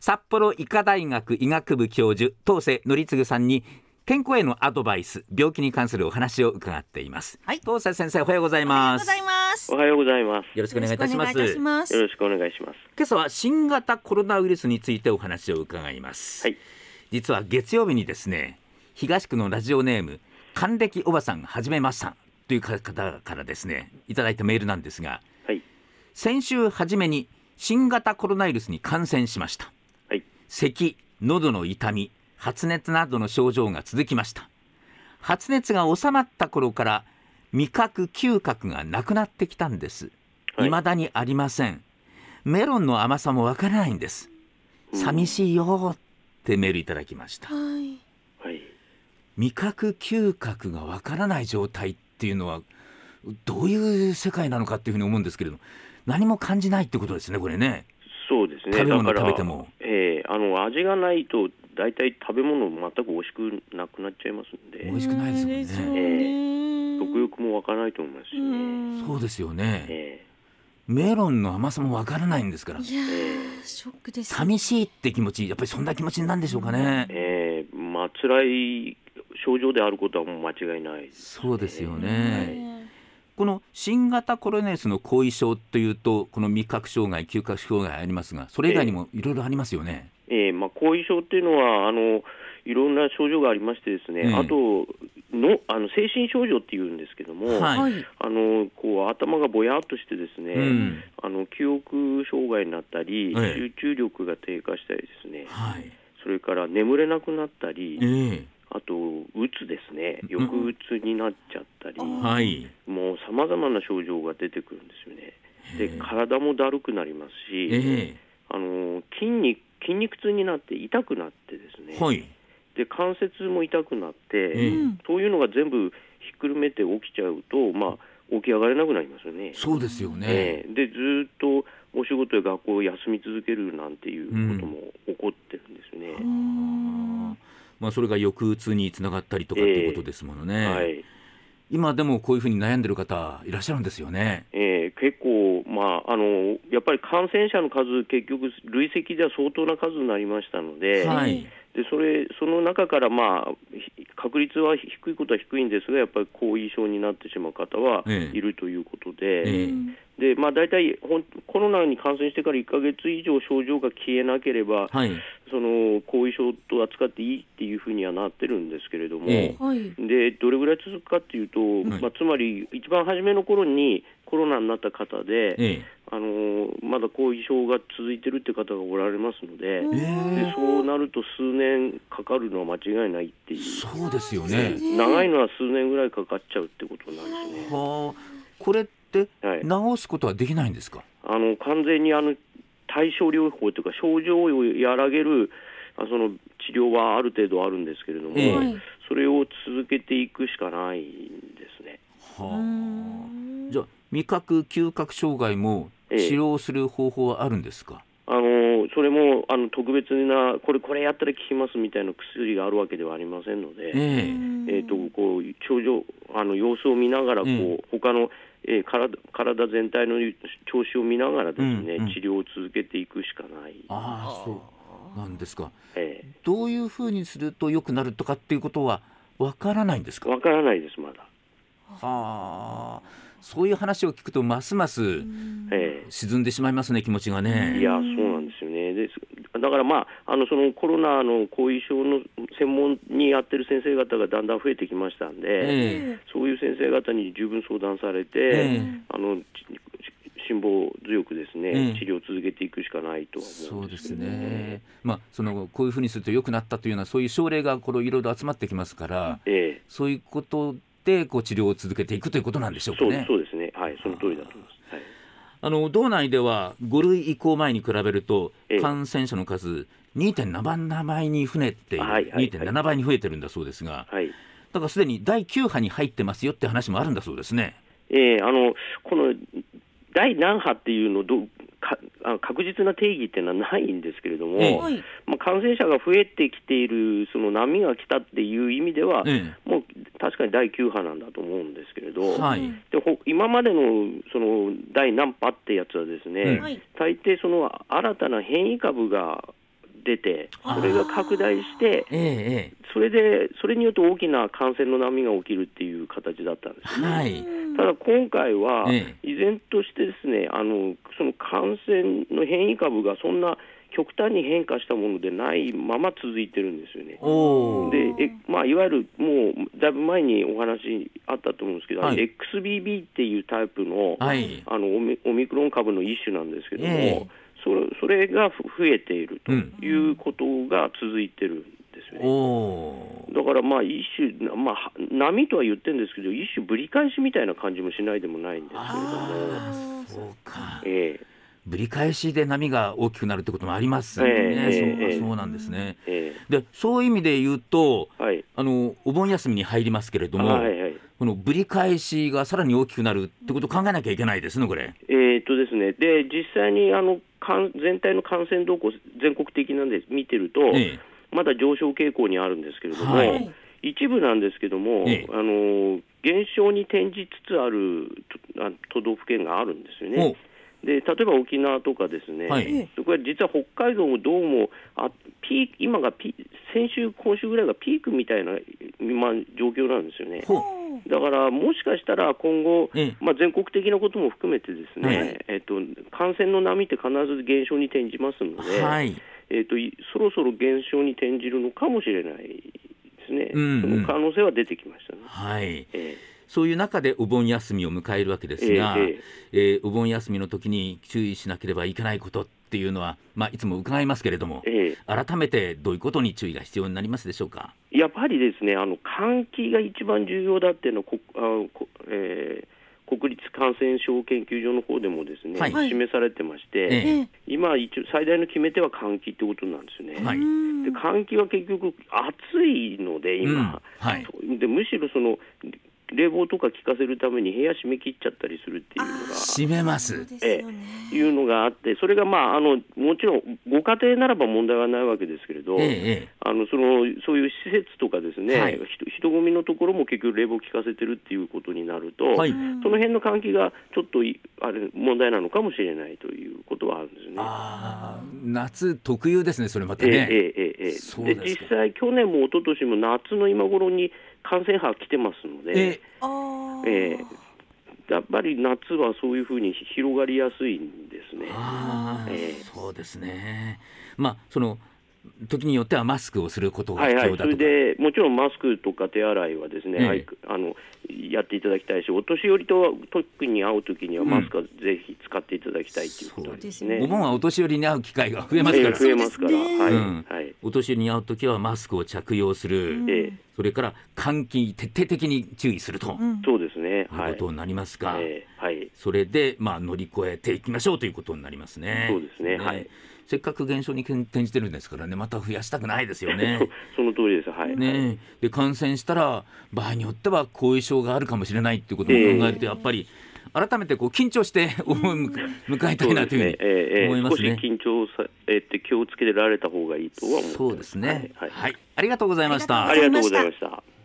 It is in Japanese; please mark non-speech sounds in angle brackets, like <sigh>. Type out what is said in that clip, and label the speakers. Speaker 1: 札幌医科大学医学部教授当世則次さんに健康へのアドバイス病気に関するお話を伺っています、
Speaker 2: はい
Speaker 1: 当世先生おはようござい
Speaker 2: おはよう
Speaker 1: ま
Speaker 2: ご
Speaker 1: す
Speaker 2: ざいます。
Speaker 3: おはようございます。
Speaker 1: よろしくお願いいたします
Speaker 2: よろしくお願いいたし
Speaker 3: よ
Speaker 2: ま
Speaker 3: ろしくお願いします。
Speaker 1: 今朝は新型コロナウイルスについてお話を伺います、
Speaker 3: はい
Speaker 1: 実は月曜日にですね東区のラジオネーム還暦おばさんはじめましたという方からですねいただいたメールなんですが
Speaker 3: はい。
Speaker 1: 先週初めに新型コロナウイルスに感染しました
Speaker 3: はい。
Speaker 1: 咳喉の痛み発熱などの症状が続きました発熱が収まった頃から味覚嗅覚がなくなってきたんです
Speaker 3: はい
Speaker 1: 未だにありませんメロンの甘さもわからないんです
Speaker 3: うん
Speaker 1: 寂しいよってメールいただきました
Speaker 2: す。はい。
Speaker 3: はい。
Speaker 1: 味覚嗅覚がわからない状態っていうのはどういう世界なのかっていうふうに思うんですけれども何も感じないってことですねこれね
Speaker 3: そうですね。
Speaker 1: 食べ物
Speaker 3: だから
Speaker 1: 食べても。
Speaker 3: ええあの味がないと、大体食べ物全く美味しくなくなっちゃいますん
Speaker 1: 美
Speaker 3: で
Speaker 1: 味。しくないですもんね
Speaker 2: そうね
Speaker 3: 食欲もわからないと思いますし
Speaker 2: う
Speaker 3: ね。
Speaker 2: ん
Speaker 1: そうですよね
Speaker 3: え
Speaker 1: メロンの甘さもわからないんですから
Speaker 2: いやーショックです。
Speaker 1: 寂しいって気持ちやっぱりそんな気持ちなんでしょうかね
Speaker 3: えええまあ、辛い症状であることはもう間違いない。
Speaker 1: そうですよ
Speaker 3: は
Speaker 1: ね
Speaker 3: い
Speaker 2: ね
Speaker 1: この新型コロナウイルスの後遺症というとこの味覚障害嗅覚障害ありますがそれ以外にもいろいろありますよね
Speaker 3: ええまあ、後遺症っていうのは、あの。いろんな症状がありましてですね、
Speaker 1: ええ
Speaker 3: あとのあの精神症状っていうんですけども、
Speaker 1: はい
Speaker 2: はい。
Speaker 3: あのこう頭がぼやっとしてですね、
Speaker 1: うん
Speaker 3: あの記憶障害になったり、
Speaker 1: ええ
Speaker 3: 集中力が低下したりですね、
Speaker 1: はい
Speaker 3: それから眠れなくなったり、
Speaker 1: え
Speaker 3: あと、うつですね、
Speaker 1: うん
Speaker 3: 抑うつになっちゃったり、
Speaker 1: えはい
Speaker 3: もうさまざまな症状が出てくるんですよね。
Speaker 1: え
Speaker 3: で、体もだるくなりますし、
Speaker 1: え
Speaker 3: あの筋肉筋肉痛になって痛くなってですね、
Speaker 1: えはい
Speaker 3: で関節も痛くなって、
Speaker 1: ええ
Speaker 3: そういうのが全部ひっくるめて起きちゃうと、まあ、起き上がれなくなりますよね。
Speaker 1: そうですよね、
Speaker 3: ええでずーっとお仕事や学校を休み続けるなんていうことも起こってるんですね。
Speaker 2: うん
Speaker 1: まあ、それが抑うつにつながったりとかっていうことですものね、
Speaker 3: はい
Speaker 1: 今でもこういうふうに悩んでる方いらっしゃるんですよね
Speaker 3: ええ結構、まああの、やっぱり感染者の数、結局、累積では相当な数になりましたので、
Speaker 1: はい
Speaker 3: でそれその中から、まあ、ひ確率は低いことは低いんですが、やっぱり後遺症になってしまう方は
Speaker 1: ええ
Speaker 3: いるということで。
Speaker 1: ええ
Speaker 3: でまあ、大体ほんコロナに感染してから1ヶ月以上症状が消えなければ、
Speaker 1: はい
Speaker 3: その後遺症と扱っていいっていうふうにはなってるんですけれども、
Speaker 1: え
Speaker 2: はい。
Speaker 3: でどれぐらい続くかっていうと、
Speaker 1: い
Speaker 3: まあ、つまり一番初めの頃にコロナになった方で、
Speaker 1: ええ
Speaker 3: あのーまだ後遺症が続いてるって方がおられますので,、
Speaker 1: え
Speaker 3: で、そうなると数年かかるのは間違いないっていう、
Speaker 1: そうですよね
Speaker 2: そうですね
Speaker 3: 長いのは数年ぐらいかかっちゃうってことなんですね。
Speaker 1: はあこれって
Speaker 3: はい
Speaker 1: 治すことはできないんですか、
Speaker 3: あの完全にあの対症療法というか症状を和らげるあその治療はある程度あるんですけれども、
Speaker 1: ええ
Speaker 2: はい
Speaker 3: それを続けていくしかないんですね。
Speaker 2: う
Speaker 1: はあ
Speaker 2: ん
Speaker 1: じゃあ味覚嗅覚障害も治
Speaker 3: ええ
Speaker 1: 療する方法はあるんですか、
Speaker 3: あのそれもあの特別なこれこれやったら効きますみたいな薬があるわけではありませんので、え
Speaker 1: え
Speaker 3: ー、とこう症状あの様子を見ながらこう、
Speaker 1: うん
Speaker 3: 他の、えー体体全体の調子を見ながらですね、
Speaker 1: うんうん
Speaker 3: 治療を続けていくしかない、
Speaker 1: ああそうなんですか
Speaker 3: え
Speaker 1: どういうふうにすると良くなるとかっていうことはわからないんです
Speaker 3: ー、
Speaker 1: か
Speaker 3: わからないですまだ。
Speaker 1: はあそういう話を聞くとますます
Speaker 3: えー
Speaker 1: 沈んでしまいますね気持ちが
Speaker 3: い
Speaker 1: ね。
Speaker 3: や、そうなんですよね。ですだから、まあ、あのそのコロナの後遺症の専門にやってる先生方がだんだん増えてきましたんで、
Speaker 1: え
Speaker 3: そういう先生方に十分相談されて、
Speaker 1: ええ
Speaker 3: あのち辛抱強くです
Speaker 1: え
Speaker 3: ね、
Speaker 1: え
Speaker 3: 治療を続けていくしかないとは思
Speaker 1: そううん
Speaker 3: で
Speaker 1: ですす
Speaker 3: けどね。
Speaker 1: ね。まあそのこういうふうにすると良くなったというようなそういう症例がこれいろいろ集まってきますから、
Speaker 3: ええ
Speaker 1: そういうことでこう治療を続けていくということなんでしょうか
Speaker 3: そう
Speaker 1: ね。
Speaker 3: そうですね、はい、その通りだと思います。はい
Speaker 1: あの道内では5類移行前に比べると
Speaker 3: ええ
Speaker 1: 感染者の数2.7倍に増えている、
Speaker 3: はいはいはい
Speaker 1: 2.7倍に増えてるんだそうですが、
Speaker 3: はい
Speaker 1: だからすでに第9波に入ってますよって話もあるんだそうですね。
Speaker 3: ええあのこの第何波っていうのどうかあの確実な定義っていうのはないんですけれども、
Speaker 1: ええ
Speaker 2: はい。
Speaker 3: まあ、感染者が増えてきている、その波が来たっていう意味では、
Speaker 1: え
Speaker 3: もう確かに第9波なんだと思うんですけれど、
Speaker 1: え、はい、
Speaker 2: うん
Speaker 3: でほ今までのその第何波ってやつはですね、
Speaker 1: うん
Speaker 2: はい
Speaker 3: 大抵その新たな変異株が出て、
Speaker 1: あー
Speaker 3: それが拡大して、
Speaker 1: えええ
Speaker 3: それで、それによって大きな感染の波が起きるっていう形だったんです
Speaker 1: え
Speaker 3: ね。
Speaker 1: はい。
Speaker 3: ただ今回は、
Speaker 1: え
Speaker 3: 依然としてですね、あのその感染の変異株がそんな極端に変化したものでないまま続いてるんですよね。
Speaker 1: おお。
Speaker 3: でえまあ、いわゆるもうだいぶ前にお話あったと思うんですけど、
Speaker 1: はい
Speaker 3: XBB っていうタイプの,、
Speaker 1: はい。
Speaker 3: あのオミオミクロン株の一種なんですけども、
Speaker 1: ええ
Speaker 3: それそれがふ増えていると
Speaker 1: うん
Speaker 3: いうことが続いてるんですよ
Speaker 1: お
Speaker 3: ね。
Speaker 1: お。
Speaker 3: だからまあ一種、まあ、は波とは言ってるんですけど、一種ぶり返しみたいな感じもしないでもないんですけれども、
Speaker 1: ああ、そうか。
Speaker 3: ええ
Speaker 1: ぶり返しで波が大きくなるってこともありますね。
Speaker 3: ええ
Speaker 1: そう
Speaker 3: え
Speaker 1: か、
Speaker 3: え
Speaker 1: そうなんですね。
Speaker 3: え
Speaker 1: で、そういう意味で言うと、
Speaker 3: えはい、
Speaker 1: あのお盆休みに入りますけれども、
Speaker 3: はいはい、
Speaker 1: このぶり返しがさらに大きくなるってことを考えなきゃいけないですね、これ。
Speaker 3: えーっとですね、で実際にあの感全体の感染動向、全国的なんで見てると、
Speaker 1: え
Speaker 3: まだ上昇傾向にあるんですけれども、
Speaker 1: はい
Speaker 2: はい
Speaker 3: 一部なんですけども、
Speaker 1: ええ
Speaker 3: あの減少に転じつつあるとあ都道府県があるんですよ
Speaker 1: え
Speaker 3: ね。で例えば沖縄とかですね、
Speaker 1: はい
Speaker 3: そこは実は北海道もどうもあピーク今がピ先週、今週ぐらいがピークみたいな、まあ、状況なんですよね。
Speaker 1: ほう
Speaker 3: だからもしかしたら今後、
Speaker 1: ええ
Speaker 3: まあ、全国的なことも含めてですね、
Speaker 1: はい
Speaker 3: えっと、感染の波って必ず減少に転じますので、
Speaker 1: はい、
Speaker 3: えっと、いそろそろ減少に転じるのかもしれないですね、
Speaker 1: うんうん
Speaker 3: その可能性は出てきましたね。
Speaker 1: はい、
Speaker 3: え
Speaker 1: そういう中でお盆休みを迎えるわけですが、
Speaker 3: え
Speaker 1: えーお盆休みの時に注意しなければいけないことっていうのは、まあ、いつも伺いますけれども
Speaker 3: え、ええ
Speaker 1: 改めてどういうことに注意が必要になりますでしょうか。
Speaker 3: やっぱりですねあの換気が一番重要だっていうのはこあのこ、えー国立感染症研究所の方でもですね、
Speaker 1: はい
Speaker 3: 示されてまして、
Speaker 1: え
Speaker 2: ええ
Speaker 3: 今一応、最大の決め手は換気ってことなんですよね。
Speaker 1: はい
Speaker 2: うん
Speaker 3: で換気は結局暑いので
Speaker 1: うん
Speaker 3: 今、
Speaker 1: はい
Speaker 3: そうでむしろその冷房とか効かせるために部屋閉め切っちゃったりするっていうのが。
Speaker 1: 閉めま
Speaker 2: そう
Speaker 1: す。
Speaker 2: ですよね
Speaker 3: いうのがあって、それがまああのもちろんご家庭ならば問題はないわけですけれど、
Speaker 1: えええ
Speaker 3: あのそのそういう施設とかですね、
Speaker 1: はい
Speaker 3: 人人混みのところも結局冷房効かせてるっていうことになると、
Speaker 1: えはい
Speaker 2: うん
Speaker 3: その辺の換気がちょっといあれ問題なのかもしれないということはあるんですよね。
Speaker 1: あー夏特有ですね、それまた
Speaker 3: ええ
Speaker 1: ね。
Speaker 3: ええええ
Speaker 1: そう
Speaker 3: で
Speaker 1: ですか
Speaker 3: 実際、去年も一昨年も夏の今頃に感染波来てますので、
Speaker 2: あー
Speaker 3: えやっぱり夏はそういうふうに広がりやすいんですね。
Speaker 1: ああ、
Speaker 3: ええ
Speaker 1: そうですね。まあその時によってはマスクをすることが
Speaker 3: はい
Speaker 1: 必
Speaker 3: はい
Speaker 1: 要、
Speaker 3: そ
Speaker 1: だとか、
Speaker 3: れでもちろんマスクとか手洗いはですね、
Speaker 1: ええ
Speaker 3: はいあのやっていただきたいし、お年寄りと特に会うときにはマスクはぜひ使っていただきたいということですね。
Speaker 2: そう
Speaker 1: お盆はお年寄りに会う機会が増えます
Speaker 3: え
Speaker 1: か
Speaker 3: え
Speaker 1: ら、
Speaker 3: 増えますから、
Speaker 2: そうですね
Speaker 3: はい、
Speaker 1: うん
Speaker 3: はい、
Speaker 1: お年寄りに会う時はマスクを着用する、
Speaker 2: うん
Speaker 3: ええ
Speaker 1: それから換気徹底的に注意するという
Speaker 2: うん
Speaker 3: そうですね、は
Speaker 1: こ
Speaker 3: い、
Speaker 1: とになりますが、
Speaker 3: ええはい、
Speaker 1: それでまあ乗り越えていきましょうということになりますね。
Speaker 3: そうですねはい
Speaker 1: せっかく減少に転じてるんですからね、また増やしたくないですよ
Speaker 3: <laughs>
Speaker 1: ね。
Speaker 3: その通りです、はい、はい
Speaker 1: ねえ、で感染したら場合によっては後遺症があるかもしれないっていうことも考えると
Speaker 2: ええ
Speaker 1: やっぱり改めてこう緊張して <laughs> 思い向か迎えたいなというふうに
Speaker 3: そうですねええええ
Speaker 1: 思いますね
Speaker 3: 少し緊張さえって気をつけられた方がいいとは思ってます
Speaker 1: そうですね。
Speaker 3: はい、
Speaker 1: はい、ありがとうございました
Speaker 3: ありがとうございました。